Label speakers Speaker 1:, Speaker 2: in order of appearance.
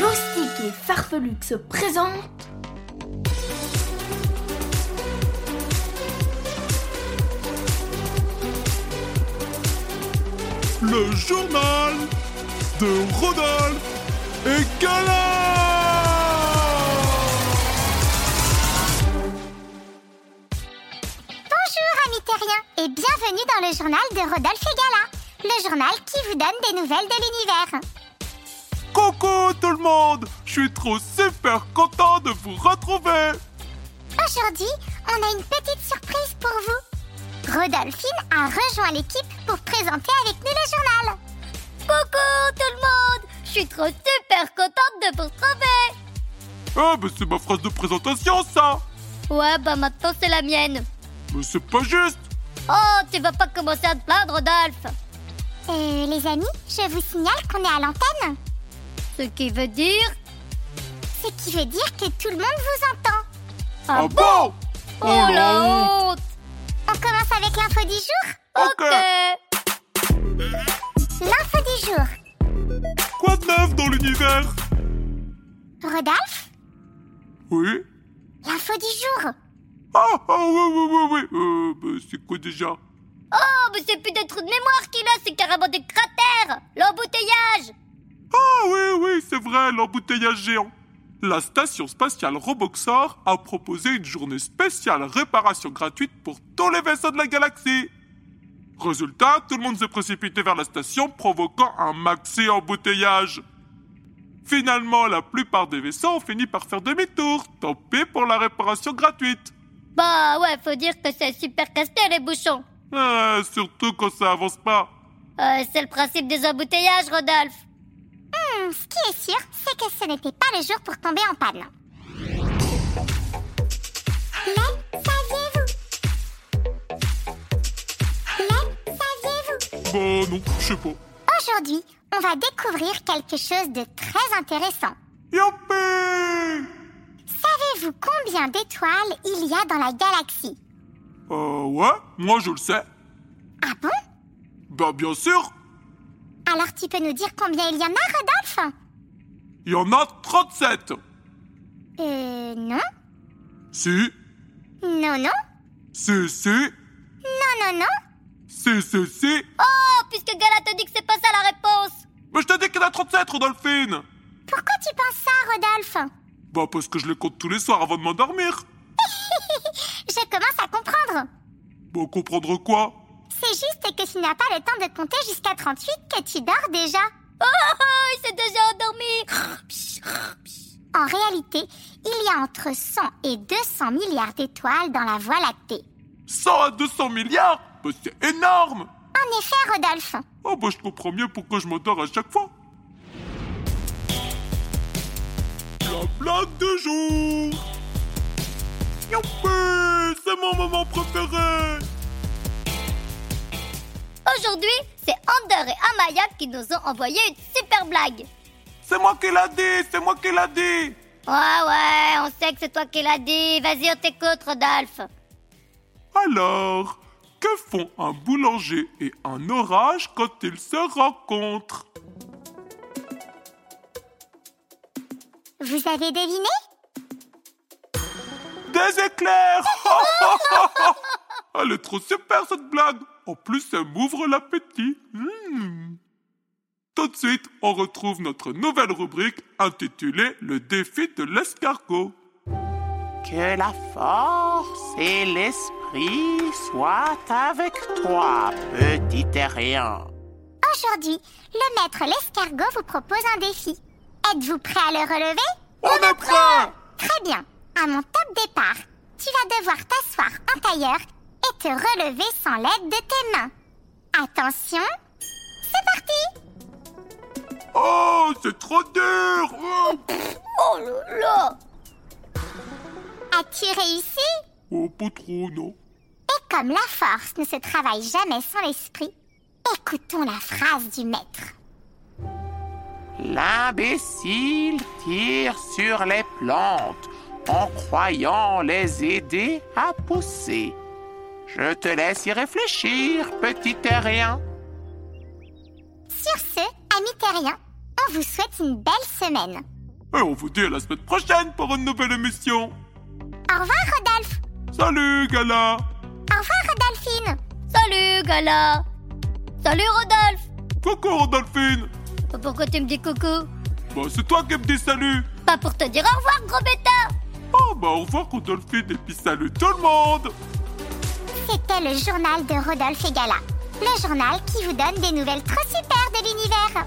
Speaker 1: Loustic et Farfelux se présentent
Speaker 2: le journal de Rodolphe et Gala
Speaker 3: Bonjour amis terriens et bienvenue dans le journal de Rodolphe et Gala, le journal qui vous donne des nouvelles de l'univers.
Speaker 2: Coucou tout le monde Je suis trop super content de vous retrouver
Speaker 3: Aujourd'hui, on a une petite surprise pour vous. Rodolphine a rejoint l'équipe pour présenter avec nous le journal.
Speaker 4: Coucou tout le monde Je suis trop super contente de vous retrouver
Speaker 2: Ah mais c'est ma phrase de présentation ça
Speaker 4: Ouais, bah maintenant c'est la mienne
Speaker 2: Mais c'est pas juste
Speaker 4: Oh, tu vas pas commencer à te plaindre, Rodolphe
Speaker 3: Euh, les amis, je vous signale qu'on est à l'antenne,
Speaker 4: Ce qui veut dire...
Speaker 3: ce qui veut dire que tout le monde vous entend.
Speaker 4: Ah
Speaker 2: Ah bon
Speaker 4: Oh la honte
Speaker 3: On commence avec l'info du jour
Speaker 2: Ok
Speaker 4: Ok
Speaker 3: L'info du jour.
Speaker 2: Quoi de neuf dans l'univers
Speaker 3: Rodolphe,
Speaker 2: Oui
Speaker 3: l'info du jour.
Speaker 2: Ah ah oui oui oui oui Euh mais c'est quoi déjà
Speaker 4: Oh, mais c'est plus des trous de mémoire qu'il a, c'est carrément des cratères L'embouteillage
Speaker 2: Ah oui oui c'est vrai l'embouteillage géant la station spatiale Roboxor a proposé une journée spéciale réparation gratuite pour tous les vaisseaux de la galaxie. Résultat, tout le monde s'est précipité vers la station provoquant un maxi embouteillage. Finalement, la plupart des vaisseaux ont fini par faire demi-tour. Tant pis pour la réparation gratuite.
Speaker 4: Bah ouais, faut dire que c'est super casse-tête les bouchons
Speaker 2: Euh, surtout quand ça avance pas.
Speaker 4: Euh, C'est le principe des embouteillages, Rodolphe
Speaker 3: Hmm, ce qui est sûr, c'est que ce n'était pas le jour pour tomber en panne. Le saviez-vous Le saviez-vous
Speaker 2: Bah non, je sais pas.
Speaker 3: Aujourd'hui, on va découvrir quelque chose de très intéressant.
Speaker 2: Youpi
Speaker 3: Savez-vous combien d'étoiles il y a dans la galaxie
Speaker 2: Euh, ouais, moi je le sais.
Speaker 3: Ah bon
Speaker 2: Bah bien sûr,
Speaker 3: Alors tu peux nous dire combien il y en a, Rodolphe
Speaker 2: il y en a 37.
Speaker 3: Euh, non
Speaker 2: Si,
Speaker 3: Non, non
Speaker 2: si, si,
Speaker 3: Non, non, non
Speaker 2: si, si, si.
Speaker 4: Oh, puisque Gala te dit que c'est pas ça la réponse
Speaker 2: Mais je t'ai dit qu'il y en a 37, Rodolphine
Speaker 3: Pourquoi tu penses ça, Rodolphe
Speaker 2: Bah parce que je les compte tous les soirs avant de m'endormir.
Speaker 3: Je commence à comprendre
Speaker 2: Bon, Bah, comprendre quoi
Speaker 3: C'est juste que tu n'as pas le temps de compter jusqu'à 38 que tu dors déjà.
Speaker 4: Oh, il s'est déjà endormi
Speaker 3: En réalité, il y a entre 100 et 200 milliards d'étoiles dans la Voie lactée.
Speaker 2: 100 à 200 milliards Bah c'est énorme
Speaker 3: En effet, Rodolphe,
Speaker 2: Oh bah je comprends mieux pourquoi je m'endors à chaque fois. La blague du jour Youpi C'est mon moment préféré
Speaker 4: Aujourd'hui, c'est Ander et Amaya qui nous ont envoyé une super blague.
Speaker 2: C'est moi qui l'a dit C'est moi qui l'a dit
Speaker 4: Ouais, Ah ouais, on sait que c'est toi qui l'as dit. Vas-y, on t'écoute, Rodolphe.
Speaker 2: Alors, que font un boulanger et un orage quand ils se rencontrent
Speaker 3: vous avez deviné
Speaker 2: Des éclairs Elle est trop super cette blague En plus, elle m'ouvre l'appétit Hmm. Tout de suite, on retrouve notre nouvelle rubrique intitulée Le défi de l'escargot.
Speaker 5: Que la force et l'esprit soient avec toi, petit terrien.
Speaker 3: Aujourd'hui, le maître l'escargot vous propose un défi. Êtes-vous prêt à le relever
Speaker 2: On est prêt
Speaker 3: Très bien, à mon top départ, tu vas devoir t'asseoir en tailleur et te relever sans l'aide de tes mains. Attention, c'est
Speaker 2: Oh, c'est trop dur Oh,
Speaker 4: Oh là là
Speaker 3: As-tu réussi
Speaker 2: Oh, pas trop, non.
Speaker 3: Et comme la force ne se travaille jamais sans l'esprit, écoutons la phrase du maître.
Speaker 5: L'imbécile tire sur les plantes en croyant les aider à pousser. Je te laisse y réfléchir, petit terrien.
Speaker 3: Sur ce, amis terriens, on vous souhaite une belle semaine.
Speaker 2: Et on vous dit à la semaine prochaine pour une nouvelle émission.
Speaker 3: Au revoir Rodolphe
Speaker 2: Salut, gala
Speaker 3: Au revoir Rodolphine
Speaker 4: Salut, Gala Salut, Rodolphe
Speaker 2: Coucou, Rodolphine
Speaker 4: Pourquoi tu me dis coucou
Speaker 2: Bah, c'est toi qui me dis salut
Speaker 4: Pas pour te dire au revoir, gros bêta
Speaker 2: Oh, bah, au revoir, Rodolphine, et puis salut tout le monde
Speaker 3: C'était le journal de Rodolphe et Gala. Le journal qui vous donne des nouvelles trop super de l'univers.